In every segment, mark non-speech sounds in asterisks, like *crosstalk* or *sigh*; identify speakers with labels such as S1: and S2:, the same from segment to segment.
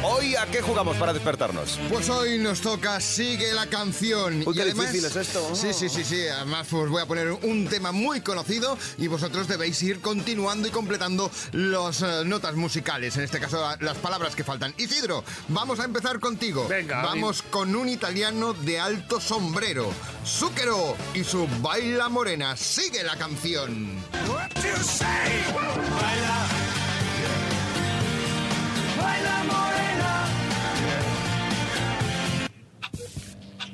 S1: Hoy a qué jugamos para despertarnos.
S2: Pues hoy nos toca Sigue la canción.
S1: Uy, qué difícil es esto.
S2: Sí, sí, sí, sí. Además, pues voy a poner un tema muy conocido y vosotros debéis ir continuando y completando las notas musicales. En este caso, la- las palabras que faltan. Isidro, vamos a empezar contigo.
S3: Venga,
S2: Vamos con un italiano de alto sombrero, Zucchero y su Baila Morena. Sigue la canción.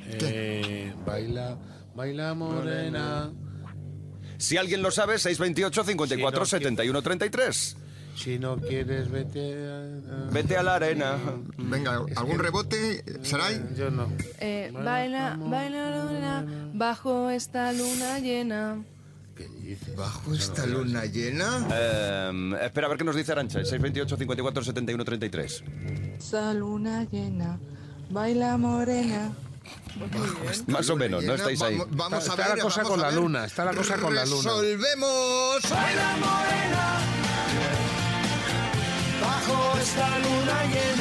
S3: Eh, baila, baila morena.
S1: Si alguien lo sabe, 628 54 71 33.
S3: Si no quieres, vete. a- a-
S1: Vete a la arena.
S2: Venga, ¿algún rebote? ¿Saray?
S3: Yo no.
S4: Eh, baila, baila luna, bajo esta luna llena.
S3: ¿Qué dices?
S2: Bajo esta luna llena.
S1: Em, espera, a ver qué nos dice Arancha. 628 54 71 33.
S4: Esta luna llena, baila morena. Pues
S1: Más o menos, no estáis ahí.
S2: Vamos, vamos
S3: Está-
S2: a
S3: está
S2: ver,
S3: la cosa
S2: vamos
S3: con
S2: a
S3: la
S2: ver.
S3: luna, está la cosa con la luna.
S2: Resolvemos.
S3: *laughs*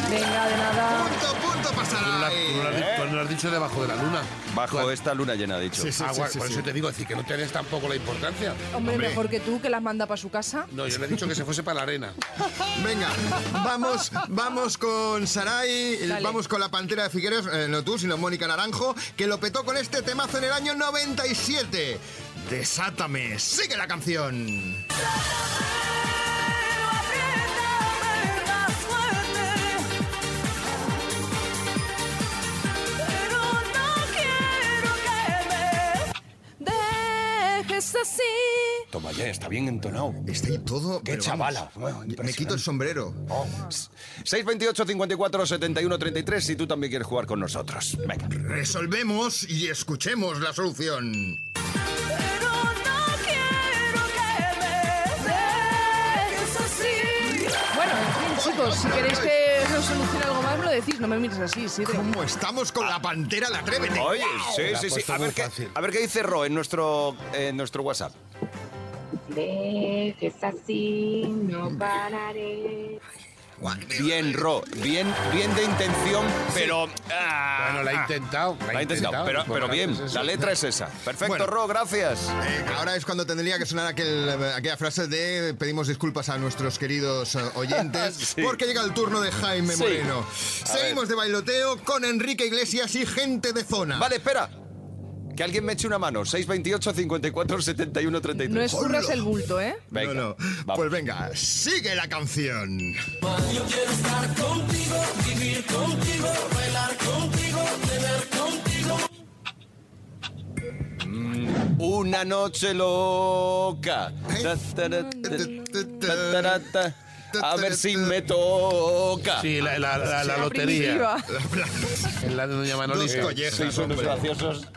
S4: Venga, de nada.
S2: Punto, punto
S3: Tú no
S2: pasará.
S3: has- tú no has di- tú no has dicho debajo de la luna.
S1: Bajo esta luna llena, ha dicho.
S2: Sí, sí,
S3: Ah,
S2: sí,
S3: bueno,
S2: sí,
S3: por
S2: sí.
S3: eso te digo, es decir, que no te des tampoco la importancia.
S4: Hombre, mejor que tú, que las manda para su casa.
S3: No, yo le he dicho que se fuese para la arena.
S2: Venga, vamos, vamos con Sarai, eh,
S4: Dale.
S2: vamos con la Pantera de Figueres, eh, no tú, sino Mónica Naranjo, que lo petó con este temazo en el año 97. Desátame, sigue la canción.
S4: Dejes así.
S1: Toma ya, está bien entonado.
S2: Está ahí todo.
S1: Qué
S2: pero
S1: chavala.
S2: vamos,
S1: Bueno,
S2: me
S1: impresionante.
S2: quito el sombrero.
S1: 628 54 71 33 si tú también quieres jugar con nosotros. Venga.
S2: Resolvemos y escuchemos la solución.
S4: Pero no quiero que me dejes así. Bueno, en fin, chicos, si queréis que os solucione algo más, me lo decís. No me mires así, sí.
S2: ¿Cómo estamos con la Pantera de Atrévete?
S1: Oye, sí,
S3: La
S1: sí,
S3: ha
S1: sí.
S3: puesto
S1: A ver,
S3: muy
S1: qué,
S3: fácil.
S1: a ver qué dice Ro en nuestro, en nuestro WhatsApp.
S5: Dejes así,
S4: Mm.
S5: no pararé.
S1: Bien, Ro. Bien, bien de intención, pero. ah,
S3: Bueno, la he intentado.
S1: la he intentado, pero, pero bien, la letra es esa. Perfecto,
S2: Bueno.
S1: Ro, gracias.
S2: Eh, ahora es cuando tendría que sonar aquel, eh, aquella frase de pedimos disculpas a nuestros queridos eh, oyentes
S1: *laughs* Sí.
S2: porque llega el turno de Jaime
S1: Sí.
S2: Moreno.
S1: A
S2: Seguimos de bailoteo con Enrique Iglesias y gente de zona.
S1: Vale, espera. Que alguien me eche una mano. 628 54 71 33.
S4: No es curras el bulto, ¿eh?
S1: Venga,
S2: No, no.
S1: vamos.
S2: Pues venga, sigue la canción.
S1: Una noche loca. Ta, ta, ta, ta, ta, ta. A ver si me toca.
S3: Sí, la, la- la- la lotería.
S4: Primitiva.
S3: En la de Doña
S2: *laughs* Dos
S3: Manolita.
S2: collejas, hombre.
S1: graciosos.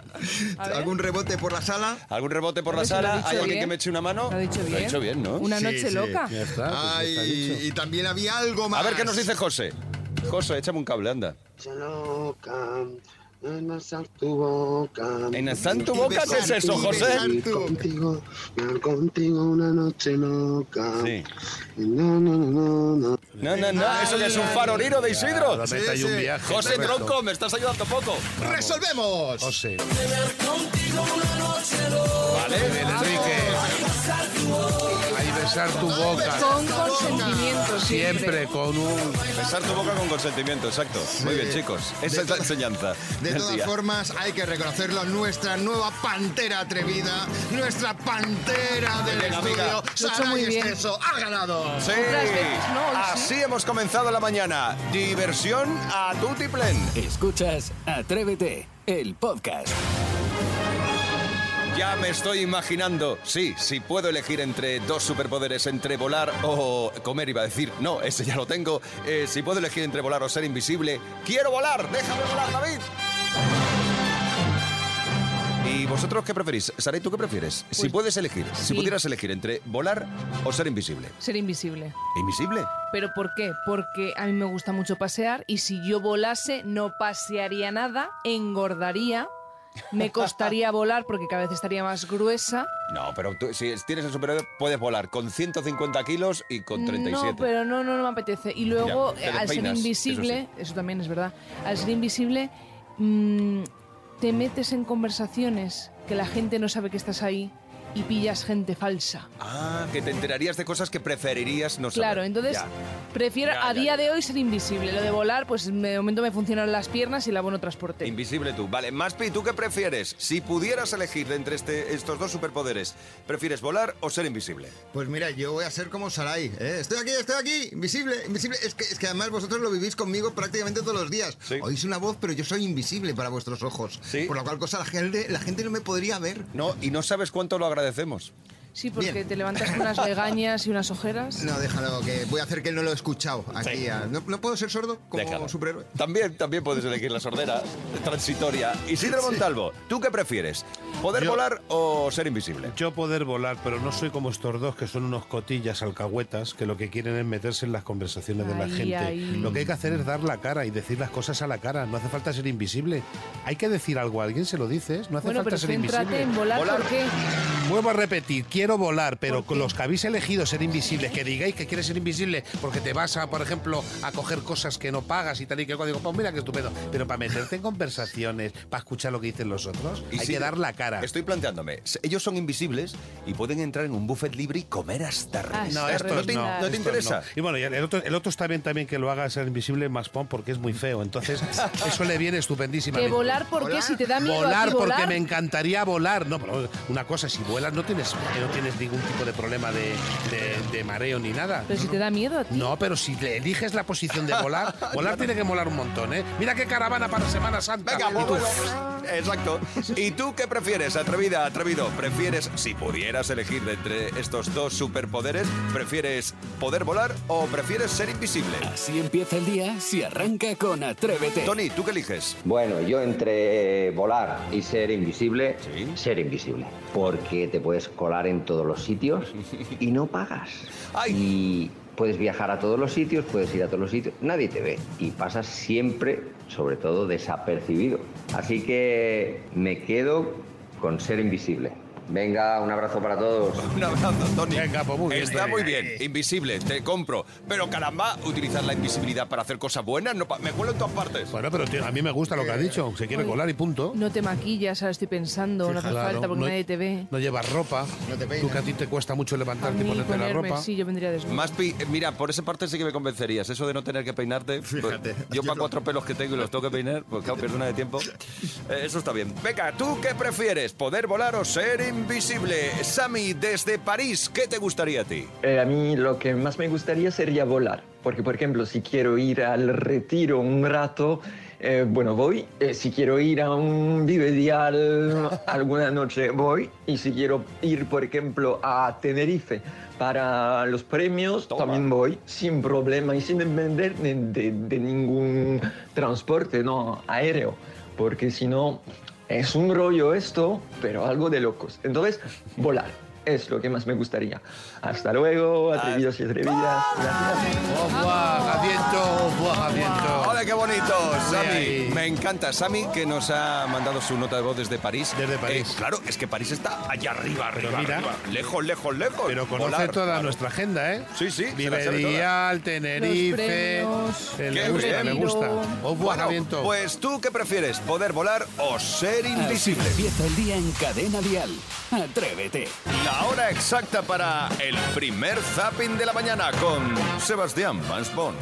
S4: A ver.
S2: ¿Algún rebote por la sala?
S1: ¿Algún rebote por la
S4: A ver si lo he
S1: sala?
S4: dicho
S1: ¿Hay alguien
S4: bien.
S1: que me eche una mano?
S4: Lo he dicho
S1: Lo he
S4: bien.
S1: dicho bien, ¿no?
S4: Una
S2: Sí,
S4: noche
S2: sí.
S4: loca.
S3: Ya está, pues ya está
S2: Ay,
S3: dicho.
S2: y también había algo más.
S1: A ver qué nos dice José. José, échame un cable, anda.
S6: loca, en alzar tu boca.
S1: En alzar tu
S2: Y
S1: boca, ¿qué es
S2: besar
S1: eso,
S2: tú,
S1: José?
S2: besar tú.
S6: Contigo, me contigo una noche loca.
S1: Sí.
S6: No, no, no, no, no.
S1: No, no, no, eso ya es un faroriro de Isidro.
S3: La meta y un
S2: sí.
S3: viaje.
S1: José
S3: correcto.
S1: Tronco, me estás ayudando poco.
S2: ¡Resolvemos!
S3: José.
S1: Vale,
S3: Enrique. Ahí besar tu boca.
S4: Con consentimiento, siempre.
S3: Siempre con un.
S1: Besar tu boca con consentimiento, exacto. Muy bien, chicos. Esa es la enseñanza.
S2: De
S1: del
S2: todas
S1: día.
S2: formas, hay que reconocerlo, nuestra nueva pantera atrevida, nuestra pantera del
S1: Venga, amiga.
S2: estudio,
S4: Lo ha hecho muy
S2: Saray
S4: bien.
S2: Esteso, ha ganado.
S1: Sí.
S4: Otras veces no, hoy sí.
S1: Así hemos comenzado la mañana. Diversión a Tutiplen.
S7: Escuchas Atrévete, el podcast.
S1: Ya me estoy imaginando. Sí, si puedo elegir entre dos superpoderes, entre volar o comer, iba a decir, no, ese ya lo tengo. Eh, si puedo elegir entre volar o ser invisible, quiero volar. Déjame volar, David. ¿Y vosotros qué preferís? Saray, ¿tú qué prefieres? si puedes elegir, si
S4: Pues sí.
S1: pudieras elegir entre volar o ser invisible.
S4: Ser invisible.
S1: ¿Invisible?
S4: ¿Pero por qué? Porque a mí me gusta mucho pasear y si yo volase no pasearía nada, engordaría, me costaría volar porque cada vez estaría más gruesa.
S1: No, pero tú, si tienes el superpoder, puedes volar con 150 kilos y con 37.
S4: No, pero no, no, no me apetece. Y luego,
S1: Ya, te
S4: eh, al ser
S1: despeinas,
S4: invisible,
S1: eso
S4: eso, también es verdad, al ser invisible, mm, te metes en conversaciones que la gente no sabe que estás ahí y pillas gente falsa.
S1: Ah, que te enterarías de cosas que preferirías no saber.
S4: Claro, entonces
S1: Ya.
S4: prefiero
S1: Ya,
S4: a
S1: ya, ya.
S4: día de hoy ser invisible. Lo de volar, pues me- de momento me funcionan las piernas y el abono transporte.
S1: Invisible tú. Vale, Maspi, ¿tú qué prefieres? Si pudieras elegir de entre este- estos dos superpoderes, ¿prefieres volar o ser invisible?
S2: Pues mira, yo voy a ser como Sarai. ¿eh? Estoy aquí, estoy aquí, invisible, invisible. Es que, es que además vosotros lo vivís conmigo prácticamente todos los días.
S1: Sí.
S2: Oís una voz, pero yo soy invisible para vuestros ojos.
S1: Sí.
S2: Por la cual cosa la gente, la gente no me podría ver.
S1: No, y no sabes cuánto lo agradecemos.
S4: Sí, porque
S2: Bien.
S4: te levantas con unas legañas y unas ojeras.
S2: No, déjalo, que voy a hacer que no lo he escuchado aquí.
S1: Sí.
S2: a- ¿No, no puedo ser sordo como
S1: Déjalo.
S2: superhéroe?
S1: También, también puedes elegir la sordera transitoria. Isidro Montalvo, ¿tú qué prefieres? ¿Poder
S3: Yo-
S1: volar o ser invisible?
S3: Yo poder volar, pero no soy como estos dos que son unos cotillas alcahuetas que lo que quieren es meterse en las conversaciones de la
S4: Ay,
S3: gente.
S4: ay.
S3: Lo que hay que hacer es dar la cara y decir las cosas a la cara. No hace falta ser invisible. Hay que decir algo a alguien, se lo dices. No hace
S4: bueno,
S3: falta
S4: pero
S3: ser
S4: céntrate
S3: invisible.
S4: en volar,
S1: Volar.
S4: porque
S3: Vuelvo a repetir, quiero volar, pero
S4: ¿Por
S3: con
S4: qué?
S3: los que habéis elegido ser invisibles, que digáis que quieres ser invisible porque te vas a, por ejemplo, a coger cosas que no pagas y tal y que cual, digo, pues mira qué estupendo. Pero para meterte en conversaciones, para escuchar lo que dicen los otros, hay
S1: Isidro,
S3: que dar la cara.
S1: Estoy planteándome, se- ellos son invisibles y pueden entrar en un buffet libre y comer hasta
S4: Ah,
S3: No,
S4: Está
S1: reventar.
S3: estos
S1: ¿No te,
S3: no,
S1: no te
S3: estos
S1: interesa?
S3: no. Y bueno, y el otro, el otro está bien también que lo haga ser invisible más pon porque es muy feo.
S4: *laughs*
S3: Entonces, eso le viene estupendísimo.
S4: que volar porque
S2: Volar.
S4: si te da miedo a
S3: volar
S4: ti
S3: porque
S4: volar,
S3: me encantaría volar. No, pero una cosa, si vuelas no tienes, no tienes ningún tipo de problema de, de- de mareo ni nada.
S4: pero si te da miedo a ti.
S3: No, pero si le eliges la posición de volar,
S4: *laughs*
S3: volar tiene que molar un montón, ¿eh? Mira qué caravana para Semana Santa.
S1: Venga,
S3: Y
S1: pues
S3: tú,
S1: bueno. Exacto. ¿Y tú qué prefieres, atrevida, atrevido? ¿Prefieres, si pudieras elegir de entre estos dos superpoderes, prefieres poder volar o prefieres ser invisible?
S7: Así empieza el día si arranca con Atrévete.
S1: Tony, ¿tú qué eliges?
S8: Bueno, yo entre eh, volar y ser invisible,
S1: Sí.
S8: ser invisible, porque te puedes colar en todos los sitios y no pagas.
S1: Ay.
S8: Y puedes viajar a todos los sitios, puedes ir a todos los sitios, nadie te ve y pasas siempre, sobre todo, desapercibido. Así que me quedo con ser invisible. Venga, un abrazo para todos.
S1: Un abrazo, Tony.
S3: Venga, pues muy bien,
S1: Está
S3: Tony.
S1: muy bien. Invisible, te compro. Pero caramba, utilizar la invisibilidad para hacer cosas buenas, no pa- me cuelo en todas partes.
S3: Bueno, pero tío, a mí me gusta lo que ha dicho. Se quiere colar y punto.
S4: No te maquillas, ahora estoy pensando, no hace
S3: Claro,
S4: falta porque
S3: no-
S4: nadie te ve.
S3: No llevas ropa.
S2: No te
S3: Tú
S2: peinas.
S3: que a ti te cuesta mucho
S4: a
S3: levantarte y
S4: mí
S3: ponerte
S4: ponerme,
S3: la ropa.
S4: sí, yo vendría desnudo.
S1: Maspi, eh, mira, por esa parte sí que me convencerías. Eso de no tener que peinarte. pues,
S2: Fíjate,
S1: yo
S2: yo
S1: para
S2: lo-
S1: cuatro pelos que tengo y los tengo que peinar, pues claro, pierdo una de tiempo. Eh, eso está bien. Venga, ¿tú qué prefieres? ¿Poder volar o ser invisible? Sami, desde París, ¿qué te gustaría a ti?
S9: Eh, a mí lo que más me gustaría sería volar, porque por ejemplo si quiero ir al retiro un rato, eh, bueno voy, Eh, si quiero ir a un
S4: *laughs*
S9: vivedial alguna noche voy, y si quiero ir por ejemplo a Tenerife para los premios
S1: Toma.
S9: también voy, sin problema y sin depender de, de- de ningún transporte no aéreo, porque si no es un rollo esto, pero algo de locos. Entonces volar. Es lo que más me gustaría. Hasta luego, atrevidos y atrevidas. Gracias.
S3: ¡Oh,
S4: Ah.
S3: buah, Javiento! ¡Oh, buah, Javiento!
S1: ¡Hola, qué bonito! Sami,
S3: ahí.
S1: me encanta. Sami, que nos ha mandado su nota de voz desde París.
S3: Desde París.
S1: Eh, claro, es que París está allá arriba,
S3: Pero
S1: arriba,
S3: mira-
S1: arriba. Lejos, lejos, lejos.
S3: Pero conoce
S1: Volar,
S3: toda
S1: claro.
S3: nuestra agenda, ¿eh?
S1: Sí, sí, se la sabe
S3: Biberial,
S4: Los
S3: Tenerife.
S4: premios.
S3: Eh,
S1: Qué
S3: Le gusta, le
S1: bien.
S3: gusta. ¡Oh, buah,
S1: Bueno,
S3: Javiento!
S1: pues tú qué prefieres, poder volar o ser
S7: Así
S3: Ah,
S1: invisible.
S7: empieza el día en cadena dial. Atrévete.
S1: La La hora exacta para el primer zapping de la mañana con Sebastián Mansbons.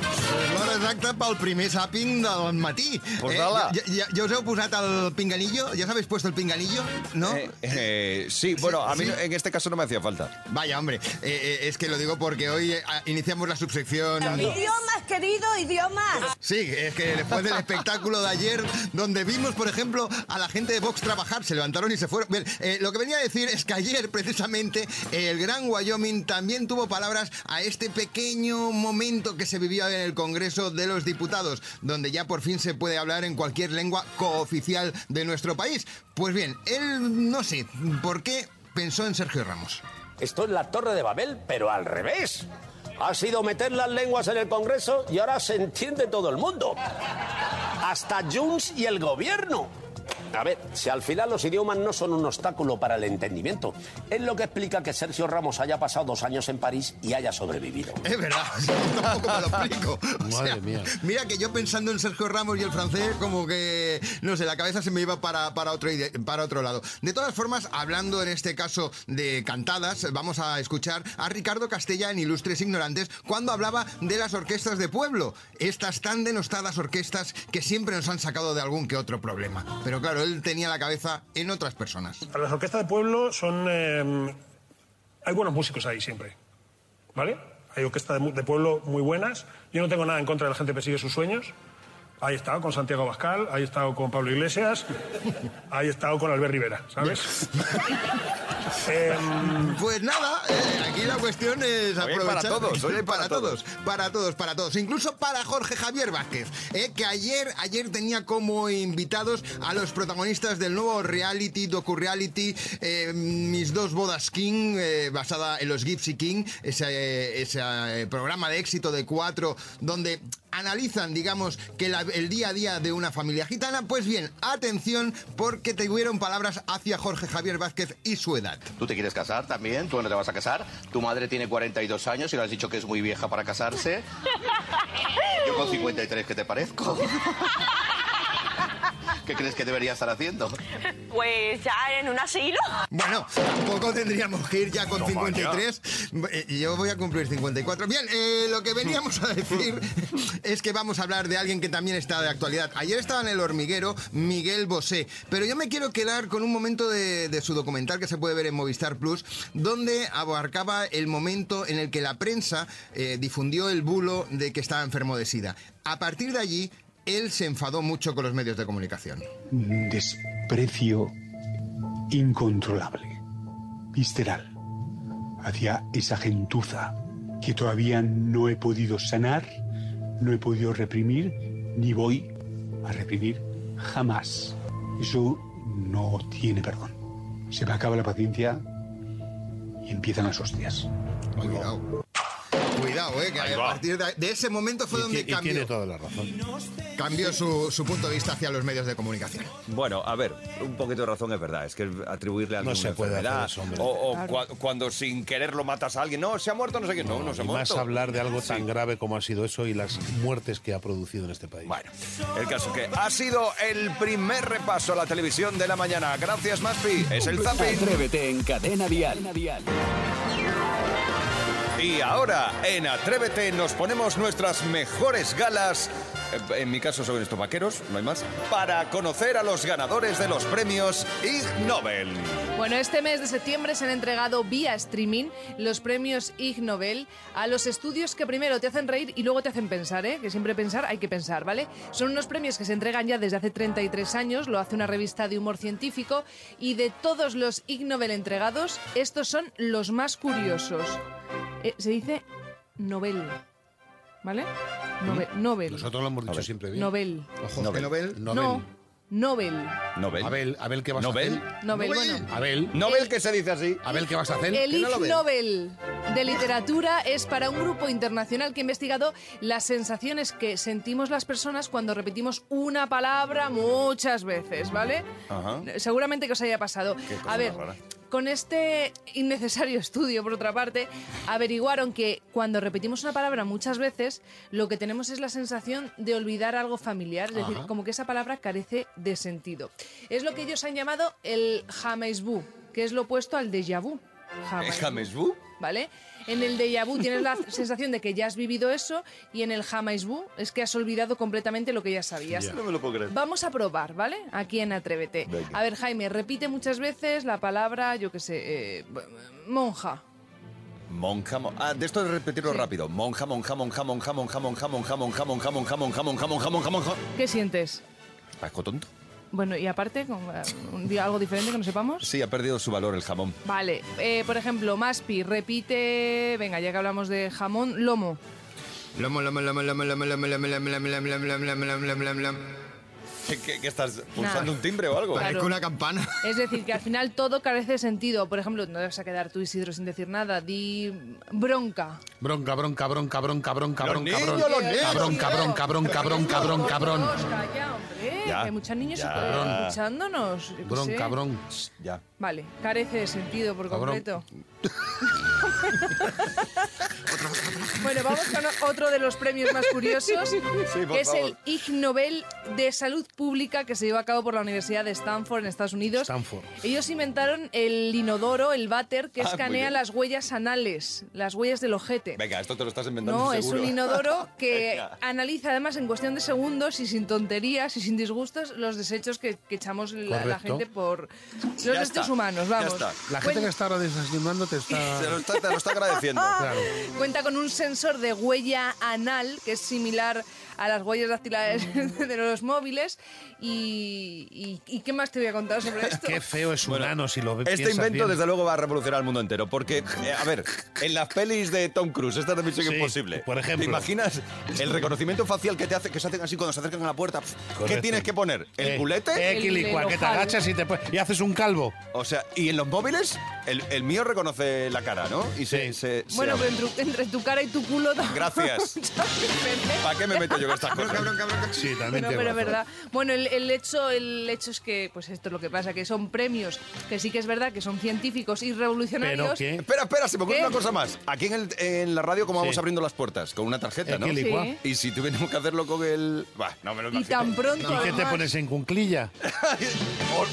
S2: L'hora exacta pel primer zapping del matí. Eh,
S1: Pues dala.
S2: ja, ja, ja us heu posat el pinganillo? Ja us habéis puesto el pinganillo? No?
S1: Eh, eh, sí, bueno, a mí
S2: sí.
S1: no- en este caso no me hacía falta.
S2: Vaya, hombre. Eh, eh, es que lo digo porque hoy eh, ah, iniciamos la subsección...
S10: Idiomas, querido, idiomas.
S2: Sí, es que después del espectáculo de ayer, donde vimos, por ejemplo, a la gente de Vox trabajar, se levantaron y se fueron. Bien, eh, lo que venía a decir es que ayer, precisamente, el Gran Wyoming también tuvo palabras a este pequeño momento que se vivió en el Congreso de los Diputados, donde ya por fin se puede hablar en cualquier lengua cooficial de nuestro país. Pues bien, él, no sé, ¿por qué pensó en Sergio Ramos?
S11: Esto es la Torre de Babel, pero al revés. Ha sido meter las lenguas en el Congreso y ahora se entiende todo el mundo. Hasta Junts y el gobierno. A ver, si al final los idiomas no son un obstáculo para el entendimiento, es lo que explica que Sergio Ramos haya pasado dos años en París y haya sobrevivido.
S2: *laughs* Es verdad, tampoco me lo explico. O sea,
S3: Madre mía.
S2: Mira que yo pensando en Sergio Ramos y el francés, como que, no sé, la cabeza se me iba para, para, otro, ide- para otro lado. De todas formas, hablando en este caso de cantadas, vamos a escuchar a Ricardo Castella en Ilustres Ignorantes cuando hablaba de las orquestas de pueblo. Estas tan denostadas orquestas que siempre nos han sacado de algún que otro problema. Pero claro, él tenía la cabeza en otras personas.
S12: Para las orquestas de pueblo son. eh, hay buenos músicos ahí siempre. ¿Vale? Hay orquestas de, mu- de pueblo muy buenas. Yo no tengo nada en contra de la gente que persigue sus sueños. Ahí he estado con Santiago Bascal, ahí he estado con Pablo Iglesias, ahí he estado con Albert Rivera, ¿sabes? *laughs* Em,
S2: Pues nada, eh, aquí la cuestión
S1: Hoy hay
S2: es aprovechar.
S1: para todos, hoy hay para
S2: *laughs* para todos, para todos, para todos. Incluso para Jorge Javier Vázquez, eh, que ayer, ayer tenía como invitados a los protagonistas del nuevo reality, docu-reality, eh, Mis dos bodas King, eh, basada en los Gypsy King, ese, eh, ese, eh, programa de éxito de cuatro, donde analizan, digamos, que la- el día a día de una familia gitana. Pues bien, atención, porque tuvieron palabras hacia Jorge Javier Vázquez y su edad.
S13: ¿Tú te quieres casar también? ¿Tú no te vas a casar? Tu madre tiene 42 años y le has dicho que es muy vieja para casarse. Yo con 53, ¿qué te parezco? *laughs* ¿Qué crees que debería estar haciendo?
S10: Pues ya en un asilo.
S2: Bueno, tampoco tendríamos que ir ya con 53. Eh, Yo voy a cumplir 54. Bien, eh, lo que veníamos a decir es que vamos a hablar de alguien que también está de actualidad. Ayer estaba en el hormiguero Miguel Bosé, pero yo me quiero quedar con un momento de, de su documental que se puede ver en Movistar Plus, donde abarcaba el momento en el que la prensa eh, difundió el bulo de que estaba enfermo de SIDA. A partir de allí, él se enfadó mucho con los medios de comunicación.
S14: un desprecio incontrolable, visceral, hacia esa gentuza que todavía no he podido sanar, no he podido reprimir, ni voy a reprimir jamás. Eso no tiene perdón. Se me acaba la paciencia y empiezan las hostias.
S2: Cuidado. Cuidado, eh, que a partir de, de ese momento fue donde
S3: y
S2: cambió,
S3: tiene toda la razón.
S2: cambió su, su punto de vista hacia los medios de comunicación.
S1: Bueno, a ver, un poquito de razón es verdad. Es que atribuirle a
S3: No
S1: alguna
S3: se puede
S1: enfermedad,
S3: hacer eso, hombre.
S1: o, o cua- cuando sin querer lo matas a alguien. No, se ha muerto, no sé qué. No, no, se ha
S3: y más
S1: muerto.
S3: hablar de algo tan grave como ha sido eso y las muertes que ha producido en este país.
S1: Bueno, el caso que ha sido el primer repaso a la televisión de la mañana. Gracias, Maspi. Es el zapping.
S7: Atrévete en Cadena Dial.
S1: Y ahora, en Atrévete, nos ponemos nuestras mejores galas. eh, En mi caso son estos vaqueros, no hay más. Para conocer a los ganadores de los premios Ig Nobel.
S4: Bueno, este mes de septiembre se han entregado vía streaming los premios Ig Nobel a los estudios que primero te hacen reír y luego te hacen pensar, ¿eh? Que siempre pensar hay que pensar, ¿vale? Son unos premios que se entregan ya desde hace 33 años, lo hace una revista de humor científico y de todos los Ig Nobel entregados, estos son los más curiosos. Eh, se dice Nobel, ¿vale? Nobel. Nobel.
S3: Nosotros lo hemos dicho siempre bien.
S4: Nobel.
S3: Ojo,
S1: Nobel.
S3: Nobel.
S4: No, Nobel.
S1: Nobel.
S3: Abel, Abel, ¿qué vas
S1: Nobel.
S3: a hacer?
S4: Nobel, bueno.
S3: Abel.
S1: Nobel que se dice así.
S3: Abel, ¿qué vas a hacer?
S4: El
S3: Que no lo
S4: Ig
S3: ven.
S4: Nobel de literatura es para un grupo internacional que ha investigado las sensaciones que sentimos las personas cuando repetimos una palabra muchas veces, ¿vale?
S1: Ajá.
S4: Seguramente que os haya pasado.
S1: cosa
S4: A ver,
S1: más rara.
S4: con este innecesario *laughs* estudio, por otra parte, averiguaron que cuando repetimos una palabra muchas veces, lo que tenemos es la sensación de olvidar algo familiar, es decir,
S15: Ajá.
S4: como que esa palabra carece de sentido. Es lo que ellos han llamado el jamais vu, que es lo opuesto al déjà vu.
S1: ¿Es Jamesbu?
S4: ¿Vale? En el déjà vu tienes la sensación de que ya has vivido eso y en el jamais vu es que has olvidado completamente lo que ya sabías.
S1: No me lo puedo creer.
S4: Vamos a probar, ¿vale? Aquí en Atrévete.
S1: Venga.
S4: A ver, Jaime, repite muchas veces la palabra, yo qué sé, eh, b- monja.
S1: Monja, mon- ah, de esto de repetirlo rápido. Monja, monja, monja, monja, monja, monja, monja, monja, monja, monja, monja, monja, monja, monja, monja.
S4: ¿Qué sientes?
S1: ¿Parezco tonto?
S4: Bueno, y aparte, con, eh, un- di algo diferente que no sepamos.
S1: Sí, ha perdido su valor el jamón.
S4: Vale, eh, por ejemplo, Maspi, repite, venga, ya que hablamos de jamón, lomo.
S2: Lomo, lomo, lomo, lomo, lomo, lomo, lomo, lomo, lomo, lomo, lomo, lomo, lomo, lomo, lomo, lomo.
S1: ¿Qué, qué- qué estás pulsando
S4: Nada.
S1: un timbre o algo?
S4: Parezco Claro. una
S2: campana.
S4: Es decir, que al final todo carece de sentido. Por ejemplo, no te vas a quedar tú, Isidro, sin decir nada. Di bronca.
S3: Bronca, bronca, bronca, bronca, bronca,
S1: Los
S3: bronca,
S1: niños,
S3: bronca.
S1: los niños.
S3: Cabrón, cabrón, cabrón, cabrón, cabrón, cabrón.
S4: Ya, hombre,
S3: Ya,
S4: que hay muchos niños
S3: ya.
S4: eh, escuchándonos. yo qué sé.
S3: Bronca, cabrón.
S1: Ya.
S4: Vale, carece de sentido por
S3: Cabrón.
S4: completo. bueno, vamos con otro de los premios más curiosos,
S15: Sí, por
S4: que es
S15: favor.
S4: el Ig Nobel de Salud Pública que se llevó a cabo por la Universidad de Stanford en Estados Unidos.
S3: Stanford.
S4: Ellos inventaron el inodoro, el váter, que
S1: Ah, muy
S4: escanea
S1: bien.
S4: las huellas anales, las huellas del ojete.
S1: Venga, esto te lo estás inventando
S4: No, es
S1: seguro.
S4: un
S3: *laughs*
S4: inodoro que
S1: Venga.
S4: analiza además en cuestión de segundos y sin tonterías y sin disgustos los desechos que, que echamos la, la
S3: Correcto.
S4: gente por los
S3: Ya
S4: desechos
S3: está,
S4: humanos, vamos.
S3: La gente que
S4: Cuen-
S3: está ahora desayunando te está...
S4: *laughs*
S1: Se lo está- te lo está agradeciendo.
S3: *laughs* Claro.
S4: Cuenta con un sensor de huella anal que es similar a las huellas dactilares *laughs* de los móviles. Y, y- ¿y qué más te voy a contar
S3: *laughs*
S4: sobre esto?
S3: Qué feo es un ano si lo
S1: Este
S3: piensas
S1: invento,
S3: bien.
S1: desde luego, va a revolucionar al mundo entero. Porque, eh, a ver, en las pelis de Tom Cruise, esta también es
S3: Sí,
S1: imposible.
S3: por ejemplo.
S1: ¿Te imaginas el reconocimiento facial que te hace, que se hacen así cuando se acercan a la puerta? ¿Qué
S3: Correcto.
S1: tienes que poner? ¿El
S3: Eh,
S1: culete?
S3: eh, quilicua, que te agachas y te pones- y haces un calvo.
S1: O sea, y en los móviles, el, el mío reconoce la cara, ¿no? Y se. se- se
S4: Bueno,
S1: abre.
S4: pero entre, entre tu cara y tu culo.
S3: pues-
S4: *laughs*
S1: Gracias. ¿Para qué me meto yo con estas cosas?
S3: Sí, también
S4: Bueno, pero es verdad. Bueno, el, el hecho, el hecho es que, pues esto es lo que pasa, que son premios, que sí que es verdad que son científicos y revolucionarios.
S3: Eh,
S1: Espera, espera, se me ocurre
S4: ¿Qué?
S1: una cosa más. Aquí en, el- en la radio, ¿cómo
S3: Sí.
S1: vamos abriendo las puertas? Con una tarjeta,
S3: Eh,
S1: ¿no?
S3: qué licua. Sí.
S1: Y si tuviéramos que hacerlo con el. Bah, no me lo
S4: Y
S1: imagino.
S4: tan pronto,
S3: ¿Y qué te
S4: además.
S3: pones en cunclilla?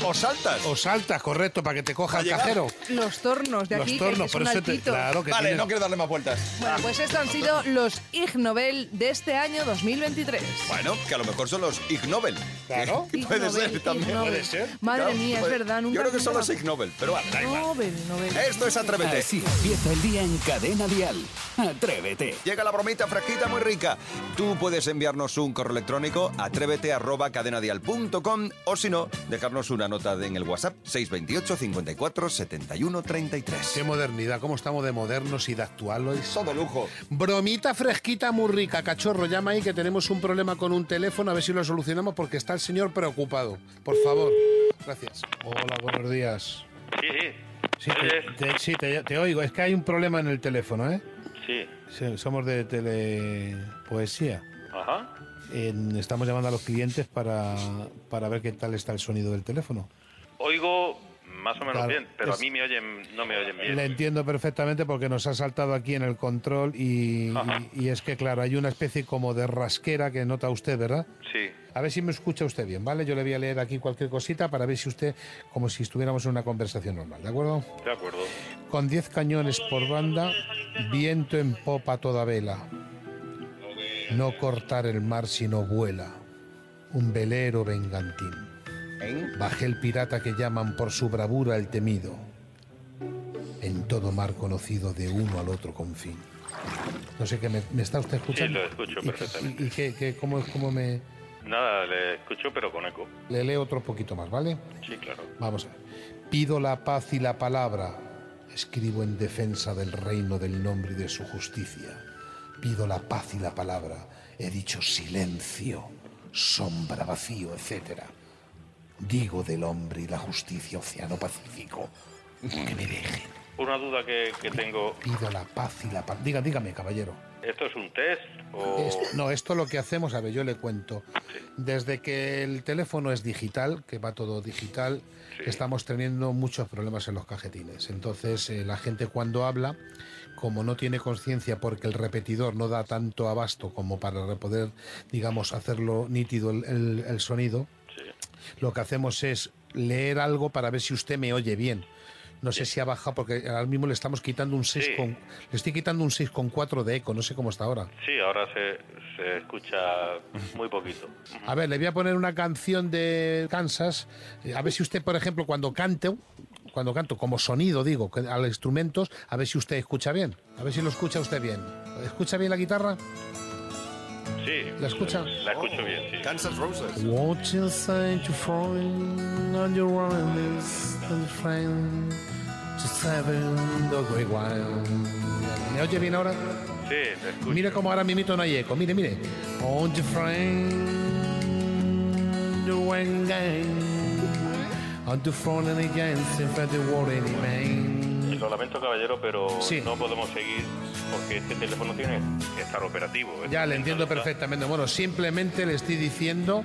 S1: o, saltas.
S3: O saltas, correcto, para que te coja el cajero.
S4: Los tornos de aquí,
S3: Los tornos,
S4: que son
S3: por eso te-
S4: altitos.
S3: claro que
S1: Vale,
S3: tienes-
S1: no quiero darle más vueltas.
S4: Bueno, pues estos han sido los Ig Nobel de este año 2023.
S1: Bueno, que a lo mejor son los Ig Nobel.
S3: Claro.
S1: Que *laughs*
S4: Ig
S1: puede
S4: Nobel,
S1: ser
S4: Ig
S1: también.
S4: Nobel. Puede ser. Madre mía, es
S1: puede-
S4: verdad, nunca
S1: Yo creo que son
S4: pensaba.
S1: los Ig Nobel, Eh. pero bueno, da igual.
S4: Nobel, Nobel.
S1: Esto es Atrévete.
S7: Así empieza el día en Cadena Dial. Atrévete.
S1: Llega la bromita fresquita muy rica. Tú puedes enviarnos un correo electrónico atrévete arroba cadenadial.com o si no, dejarnos una nota de- en el WhatsApp 628 54 71 33.
S3: Qué modernidad, cómo estamos de modernos y de actual hoy.
S1: Todo lujo.
S3: Bromita fresquita muy rica, cachorro, llama ahí que tenemos un problema con un teléfono, a ver si lo solucionamos porque está el señor preocupado. Por favor. Gracias. Hola, buenos días.
S16: Sí, sí.
S3: Sí, te, te- sí, te- te oigo. Es que hay un problema en el teléfono, ¿eh?
S16: Sí.
S3: Sí, Somos de telepoesía.
S16: Ajá.
S3: En- estamos llamando a los clientes para, para ver qué tal está el sonido del teléfono.
S16: Oigo más o menos
S3: Claro,
S16: bien, pero
S3: es-
S16: a mí me oyen, no me oyen bien.
S3: La entiendo perfectamente porque nos ha saltado aquí en el control y,
S16: Ajá.
S3: y- y es que, claro, hay una especie como de rasquera que nota usted, ¿verdad?
S16: Sí.
S3: A ver si me escucha usted bien, ¿vale? Yo le voy a leer aquí cualquier cosita para ver si usted, como si estuviéramos en una conversación normal, ¿de acuerdo?
S16: De acuerdo.
S3: Con 10 cañones por banda, viento en popa toda vela. No cortar el mar sino vuela. Un velero vengantín. Bajé el pirata que llaman por su bravura el temido. En todo mar conocido de uno al otro confín. No sé qué me, me está usted
S16: Sí,
S3: escuchando.
S16: lo escucho perfectamente.
S3: ¿Y qué, qué- cómo, es- cómo me.?
S16: Nada, le escucho, pero con eco.
S3: Le leo otro poquito más, ¿vale?
S16: Sí, claro.
S3: Vamos a ver. Pido la paz y la palabra. Escribo en defensa del reino del nombre y de su justicia. Pido la paz y la palabra. He dicho silencio, sombra, vacío, etc. Digo del hombre y la justicia, océano pacífico. Que me dejen.
S16: Una duda que, que tengo,
S3: Pido la paz y la palabra. Diga, dígame, caballero.
S16: ¿esto es un test o...?
S3: Es- no, esto lo que hacemos, a ver, yo le cuento. Desde que el teléfono es digital, que va todo digital, estamos teniendo muchos problemas en los cajetines. Entonces, eh, la gente cuando habla, como no tiene conciencia porque el repetidor no da tanto abasto como para re- poder, digamos, hacerlo nítido el, el- el sonido, lo que hacemos es leer algo para ver si usted me oye bien. No sé si ha bajado porque ahora mismo le estamos quitando un 6
S16: Sí.
S3: con, le estoy quitando un 6,4 de eco, no sé cómo está ahora.
S16: Sí, ahora se, se escucha muy poquito.
S3: A ver, le voy a poner una canción de Kansas. Eh, A ver si usted, por ejemplo, cuando canto, cuando canto como sonido, digo, que- a los instrumentos, a ver si usted escucha bien. A ver si lo escucha usted bien. ¿Escucha bien la guitarra?
S16: Sí.
S3: ¿La escucha?
S16: La escucho bien, sí.
S1: Kansas Roses.
S3: What you say to Freud on your enemies and friend to seven the great wild. ¿Me oye bien ahora?
S16: Sí, te escucho.
S3: Mire cómo ahora mismo no hay eco. Mire, mire. On your friend the one gang on the front and against in front of the war any man.
S16: Lo lamento, caballero, pero
S3: Sí.
S16: no podemos seguir porque este teléfono tiene que estar operativo. Este
S3: Ya le
S16: teléfono
S3: entiendo
S16: está-
S3: perfectamente. Bueno, simplemente le estoy diciendo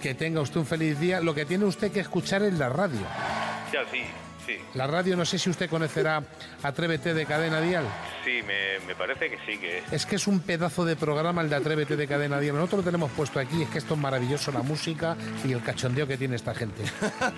S3: que tenga usted un feliz día. Lo que tiene usted que escuchar es la radio.
S16: Ya, sí, sí.
S3: La radio, no sé si usted conocerá Atrévete de Cadena Dial.
S16: Sí, me, me parece que sí, que
S3: Es que es un pedazo de programa el de Atrévete de Cadena Dial. Nosotros lo tenemos puesto aquí, es que esto es maravilloso, la música y el cachondeo que tiene esta gente.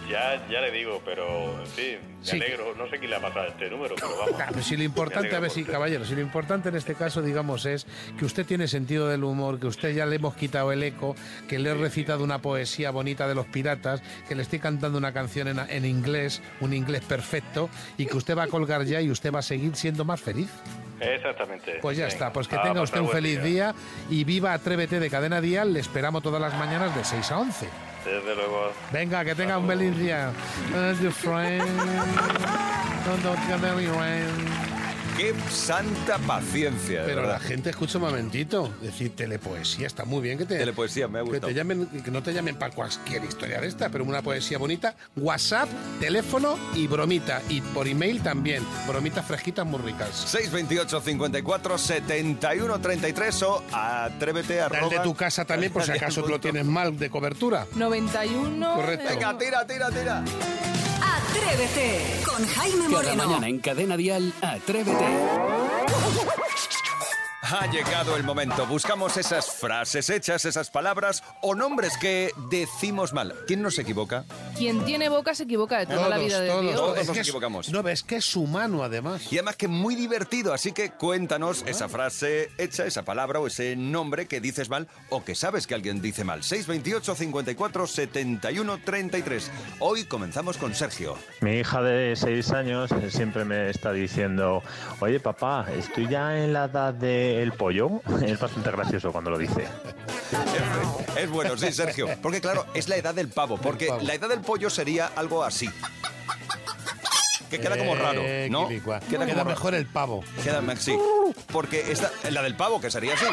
S16: ya, ya le digo, pero en fin, *laughs* me
S3: Sí.
S16: alegro. No sé quién le ha pasado este número, pero vamos.
S3: Pero si lo importante, a ver si, caballero, si lo importante en este caso, digamos, es que usted tiene sentido del humor, que usted ya le hemos quitado el eco, que le he recitado una poesía bonita de los piratas, que le estoy cantando una canción en, en inglés, un inglés perfecto, y que usted va a colgar ya y usted va a seguir siendo más feliz.
S16: Exactamente.
S3: Pues ya
S16: Venga.
S3: está, pues que
S16: Ah,
S3: tenga
S16: pasar
S3: usted un
S16: buen
S3: feliz día. y viva Atrévete de Cadena Dial, le esperamos todas las mañanas de 6 a 11.
S16: Desde luego.
S3: Venga, que tenga un feliz día. As your friend, don't- don't get any rain.
S1: ¡Qué santa paciencia! de
S15: Pero la
S1: verdad.
S15: gente escucha un momentito. Decir telepoesía está muy bien que te.
S1: Telepoesía, me ha
S15: Que,
S1: gustado.
S15: te llamen, que no te llamen para cualquier historia de esta, pero una poesía bonita. WhatsApp, teléfono y bromita. Y por email también. Bromitas fresquitas muy ricas.
S1: 628 54 71 33 o atrévete a
S15: Dale de tu casa también, por si acaso tú lo tienes mal de cobertura.
S4: 91.
S15: Correcto. Venga,
S1: tira, tira, tira.
S17: Atrévete con Jaime
S7: Cada
S17: Moreno.
S7: mañana ¿eh? en Cadena Dial, Atrévete.
S1: Ha llegado el momento. Buscamos esas frases hechas, esas palabras o nombres que decimos mal. ¿Quién nos equivoca?
S4: Quien tiene boca se equivoca de toda la vida de Dios.
S1: Todos
S3: Es
S1: nos
S3: que es-
S1: equivocamos.
S3: No, ves que es humano además.
S1: Y además que muy divertido, así que cuéntanos esa frase hecha, esa palabra o ese nombre que dices mal o que sabes que alguien dice mal. 628 54 71 33. Hoy comenzamos con Sergio.
S18: Mi hija de 6 años siempre me está diciendo, oye papá, estoy ya en la edad del pollo. *laughs* Es bastante gracioso cuando lo dice.
S1: Es bueno, sí, Sergio. Porque claro, es la edad del pavo, porque la edad del pollo sería algo así. Que queda como raro,
S15: Eh,
S1: ¿no?
S15: quilicua.
S1: Queda
S15: Queda,
S1: como raro.
S15: mejor el pavo.
S1: Queda más- sí. Porque esta, la del pavo, que sería así.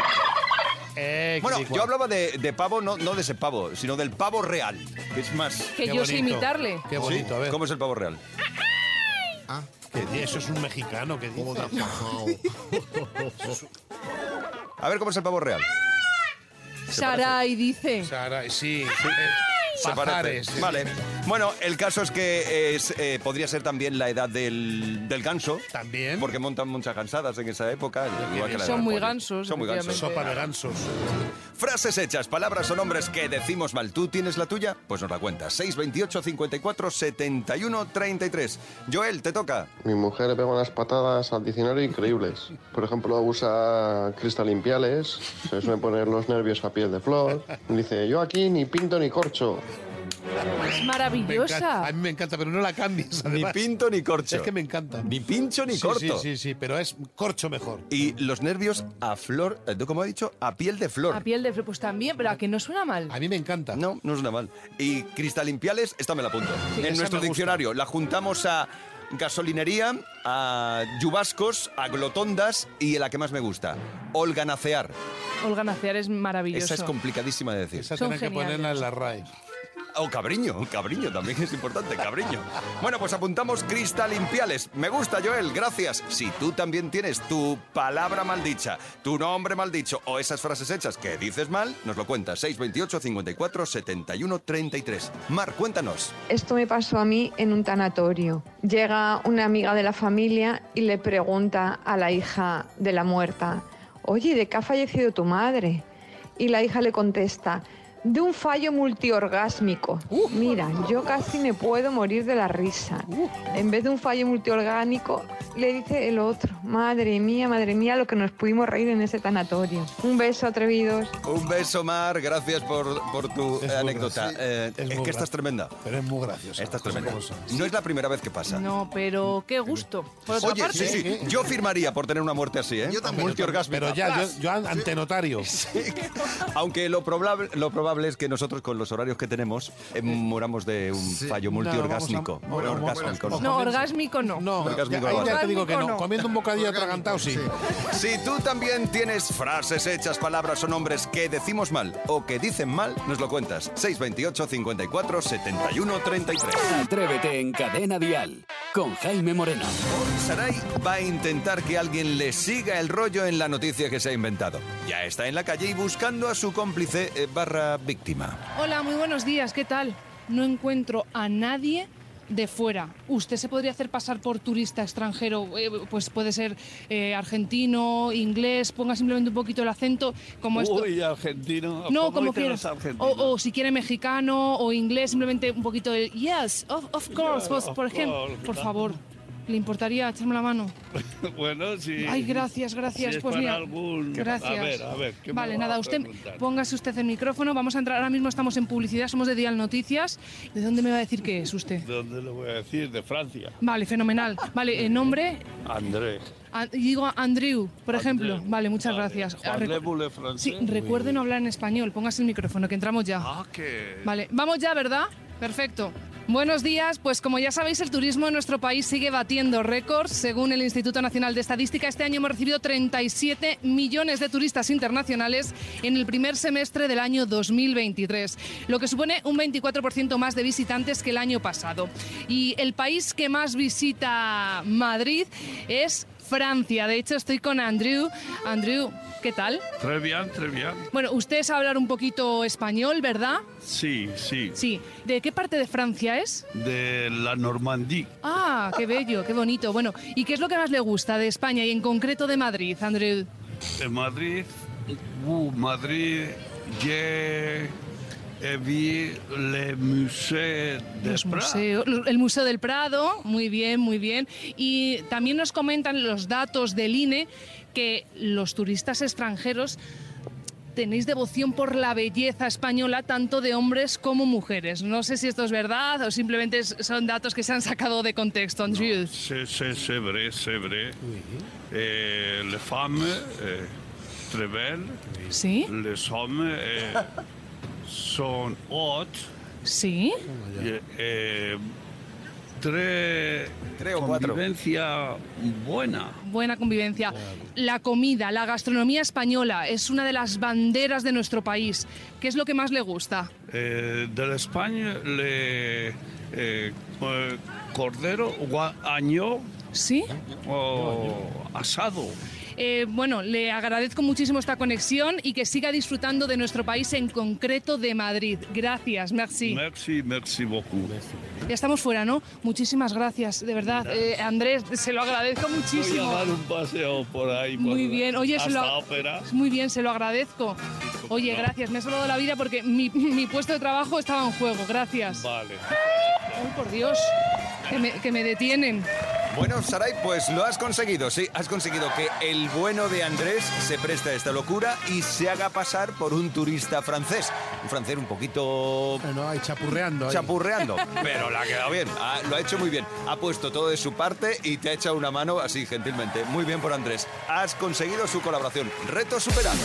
S15: Eh,
S1: bueno, yo hablaba de, de pavo, no, no de ese pavo, sino del pavo real. Que es más.
S4: Que Qué yo sé bonito. imitarle. Qué
S1: Sí,
S15: bonito, a ver.
S1: ¿Cómo es el pavo real?
S15: Que Eso es un mexicano que dice.
S1: A ver cómo es el pavo real.
S4: Sarai dice.
S15: Sarai, sí. eh,
S1: Se parece.
S15: Pajares.
S1: Vale. Bueno, el caso es que es, eh, podría ser también la edad del, del ganso. También. Porque montan muchas gansadas en esa época. igual que la edad
S4: Son
S1: del
S4: muy
S1: pollo.
S4: gansos.
S1: Son muy gansos.
S4: efectivamente.
S15: gansos.
S1: Frases hechas, palabras o nombres que decimos mal. ¿Tú tienes la tuya? Pues nos la cuentas. 628 54 71 33. Joel, te toca.
S19: Mi mujer pega unas patadas al diccionario increíbles. Por ejemplo, usa cristalimpiales, se suele poner los nervios a piel de flor. Dice, yo aquí ni pinto ni corcho.
S4: Es maravillosa.
S15: A mí me encanta, pero no la cambies. además.
S1: pinto ni corcho.
S15: Es que me encanta.
S1: Ni pincho ni
S15: Sí,
S1: corto.
S15: Sí, sí, sí, pero es corcho mejor.
S1: Y los nervios a flor, eh, como he dicho, a piel de
S4: A
S1: flor.
S4: piel de fre- pues también, pero a que no suena mal.
S15: A mí me encanta.
S1: No, no suena mal. Y cristalimpiales, esta me la apunto.
S4: Sí,
S1: en nuestro
S4: esa me gusta.
S1: diccionario la juntamos a gasolinería, a yubascos, a glotondas y la que más me gusta, holganacear.
S4: Olganacear es maravilloso.
S1: Esa es complicadísima de decir.
S4: Esa Son tienen que geniales. ponerla en
S15: la RAE.
S1: O Oh, cabriño, cabriño también es importante, cabriño. Bueno, pues apuntamos cristalimpiales. Me gusta, Joel, gracias. Si tú también tienes tu palabra maldicha, tu nombre maldicho o esas frases hechas que dices mal, nos lo cuentas. 628 54 71 33. Mar, cuéntanos.
S20: Esto me pasó a mí en un tanatorio. Llega una amiga de la familia y le pregunta a la hija de la muerta, oye, ¿de qué ha fallecido tu madre? Y la hija le contesta, de un fallo multiorgásmico. Mira, yo casi me puedo morir de la risa. En vez de un fallo multiorgánico, le dice el otro. Madre mía, madre mía, lo que nos pudimos reír en ese tanatorio. Un beso, atrevidos.
S1: Un beso, Mar. Gracias por, por tu eh, anécdota. Eh, es que esta es tremenda.
S15: Pero es muy graciosa.
S1: Esta es tremenda. No es la primera vez que pasa.
S4: No, pero qué gusto. Por otra
S1: Oye,
S4: parte,
S1: sí, sí. Yo firmaría por tener una muerte así, ¿eh? Yo también. Multiorgásmica.
S15: Pero ya, yo, yo an- ante
S1: *laughs*
S15: notario.
S1: Aunque lo probable, lo probable es que nosotros, con los horarios que tenemos, eh, moramos de un fallo
S15: No,
S1: multiorgásmico.
S15: vamos a-
S1: Orgásmico,
S15: vamos a-
S4: no, orgásmico no.
S15: No,
S1: Orgásmico,
S15: ahí ya te
S1: vale.
S15: digo que
S4: Orgásmico
S15: no.
S4: no.
S15: Comiendo un bocadillo atragantado, sí.
S1: Si tú también tienes frases hechas, palabras o nombres que decimos mal o que dicen mal, nos lo cuentas. 628 54 71 33.
S7: Atrévete en Cadena Dial con Jaime Moreno.
S1: Saray va a intentar que alguien le siga el rollo en la noticia que se ha inventado. Ya está en la calle y buscando a su cómplice eh, barra víctima.
S4: Hola, muy buenos días, ¿qué tal? No encuentro a nadie de fuera. ¿Usted se podría hacer pasar por turista extranjero? Eh, pues puede ser eh, argentino, inglés, ponga simplemente un poquito el acento, como esto.
S21: Uy, argentino.
S4: No,
S21: ¿Cómo Oh,
S4: como Oh,
S21: dicen los
S4: quieras. O,
S21: argentinos?
S4: o si quiere mexicano o inglés, simplemente un poquito el yes, of, of course, pues,
S21: of
S4: por ejemplo.
S21: course.
S4: Por favor, ¿le importaría echarme la mano?
S21: Bueno, sí.
S4: Ay, gracias, gracias.
S21: Si es
S4: pues
S21: para
S4: mira,
S21: algún-
S4: gracias.
S21: A ver, a ver. ¿qué me
S4: vale,
S21: va a
S4: nada, usted
S21: preguntar?
S4: póngase usted el micrófono. Vamos a entrar ahora mismo. Estamos en publicidad. Somos de Dial Noticias. ¿De dónde me va a decir que es usted?
S21: ¿De dónde le voy a decir? De Francia.
S4: Vale, fenomenal. Vale, eh, nombre.
S21: André.
S4: a- digo Andrew, por ejemplo. Vale, muchas gracias. Ah,
S21: Parlez
S4: recu-
S21: vous francés.
S4: sí, recuerde no hablar en español. Póngase el micrófono, que entramos ya.
S21: Que-
S4: Vale, vamos ya, ¿verdad? Perfecto. Buenos días, pues como ya sabéis, el turismo en nuestro país sigue batiendo récords. Según el Instituto Nacional de Estadística, este año hemos recibido 37 millones de turistas internacionales en el primer semestre del año 2023, lo que supone un 24% más de visitantes que el año pasado. Y el país que más visita Madrid es Francia. De hecho, estoy con Andrew. Andrew, ¿qué tal?
S21: Très bien, très bien.
S4: Bueno, usted sabe hablar un poquito español, ¿verdad?
S21: Sí, sí.
S4: Sí. ¿De qué parte de Francia es?
S21: De la Normandía.
S4: Ah, qué bello, qué bonito. Bueno, ¿y qué es lo que más le gusta de España y en concreto de Madrid, Andrew?
S21: De Madrid. Uh, Madrid. J'ai eh, vu le musée de
S4: Los
S21: Prat.
S4: museos- el Museo del Prado, muy bien, muy bien. Y también nos comentan los datos del INE que los turistas extranjeros tenéis devoción por la belleza española tanto de hombres como mujeres. No sé si esto es verdad o simplemente es- son datos que se han sacado de contexto, Andrew.
S21: C'est, c'est, c'est vrai, c'est vrai. Et les femmes, euh, très belles.
S4: Sí.
S21: Les hommes euh, sont hautes.
S4: Sí.
S21: Et, et très. convivencia buena.
S4: Buena convivencia. La comida, la gastronomía española es una de las banderas de nuestro país. ¿Qué es lo que más le gusta?
S21: Eh, de l'Espagne, les eh, eh, cordero guañó.
S4: Sí.
S21: O asado.
S4: Eh, bueno, le agradezco muchísimo esta conexión y que siga disfrutando de nuestro país, en concreto de Madrid. Gracias, merci.
S21: Merci, merci beaucoup.
S4: Ya estamos fuera, ¿no? Muchísimas gracias, de verdad. Eh, Andrés, se lo agradezco
S21: Voy a
S4: muchísimo.
S21: dar un paseo por ahí. por-
S4: Muy bien, oye, se
S21: hasta
S4: lo,
S21: ópera.
S4: Pues muy bien, se lo agradezco. Oye,
S21: no.
S4: gracias, me ha salvado la vida porque mi, *laughs* mi puesto de trabajo estaba en juego, gracias.
S21: Vale.
S4: Ay, por Dios, que me, que me detienen.
S1: Bueno, Saray, pues lo has conseguido. Sí, has conseguido que el bueno de Andrés se preste a esta locura y se haga pasar por un turista francés. Un francés un poquito
S15: No, ahí chapurreando. ahí.
S1: chapurreando, pero la ha quedado bien, Ah, lo ha hecho muy bien, ha puesto todo de su parte y te ha echado una mano así gentilmente. Muy bien por Andrés, has conseguido su colaboración, reto superado.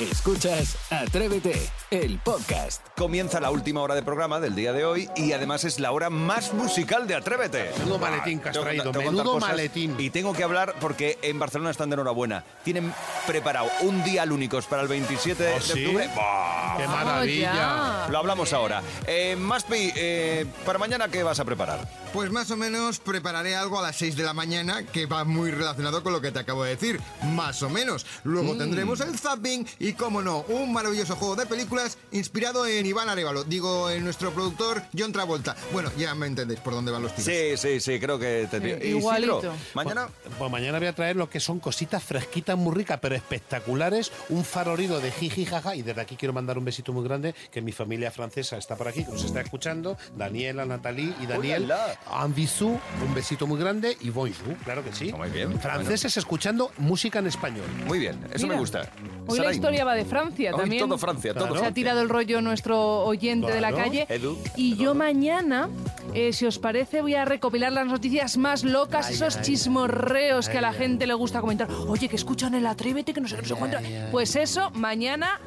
S7: Escuchas Atrévete, el podcast.
S1: Comienza la última hora de programa del día de hoy y además es la hora más musical de Atrévete.
S15: Menudo maletín que has
S1: Tengo
S15: traído,
S1: tengo que
S15: menudo
S1: contar cosas
S15: maletín.
S1: Y tengo que hablar porque en Barcelona están de enhorabuena. Tienen preparado un día únicos para el 27 de
S15: ¿Oh, sí?
S1: octubre. ¡Bah!
S15: ¡Qué maravilla!
S2: ya.
S1: Lo hablamos ahora. Eh, Maspi, eh, para mañana, ¿qué vas a preparar?
S2: Pues más o menos prepararé algo a las 6 de la
S3: Mm.
S2: mañana que va muy relacionado con lo que te acabo de decir. Más o menos. Luego tendremos el zapping y Y cómo no, un maravilloso juego de películas inspirado en Iván Arevalo, digo, en nuestro productor John Travolta. Bueno, ya me entendéis por dónde van los tiros.
S1: Sí, sí, sí, creo que tendría.
S4: Eh,
S1: Isidro, mañana.
S3: Pues, pues mañana voy a traer lo que son cositas fresquitas, muy ricas, pero espectaculares. Un farorido de jiji jaja. Y desde aquí quiero mandar un besito muy grande que mi familia francesa está por aquí, que nos está escuchando. Daniela, Natalie y Daniel. Ambisou, un besito muy grande. Y bonjour, claro que sí.
S1: Muy bien.
S3: Franceses escuchando música en español.
S1: Muy bien, eso
S4: Mira,
S1: me gusta.
S4: Hoy la
S1: Saray.
S4: historia va de Francia
S1: Hoy
S4: también.
S1: todo Francia, todo
S4: Se ha
S1: Francia.
S4: tirado el rollo nuestro oyente de la
S1: Claro.
S4: calle.
S1: Edu.
S4: Y yo mañana, eh, si os parece, voy a recopilar las noticias más locas,
S13: Ay,
S4: esos
S13: ay,
S4: chismorreos
S13: ay,
S4: que a la
S13: ay.
S4: gente le gusta comentar. Oye, que escuchan el Atrévete, que no sé qué, no sé cuánto. Pues eso, mañana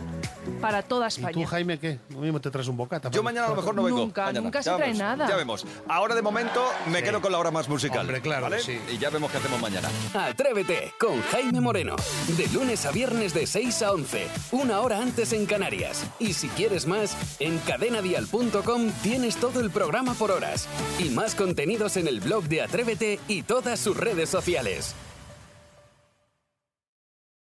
S4: para toda
S3: ¿Y tú,
S4: España.
S3: Jaime, qué? Lo mismo te traes un bocata.
S1: Yo mañana a lo mejor no vengo.
S4: Nunca,
S1: Mañana.
S4: nunca se
S1: Ya
S4: trae
S1: vemos,
S4: nada.
S1: Ya vemos. Ahora de momento me quedo con la hora más musical.
S3: Hombre, claro,
S1: ¿vale?
S3: sí.
S1: Y ya vemos qué hacemos mañana.
S7: Atrévete con Jaime Moreno. De lunes a viernes de 6 a 11, una hora antes en Canarias. Y si quieres más, en cadenadial.com tienes todo el programa por horas y más contenidos en el blog de Atrévete y todas sus redes sociales.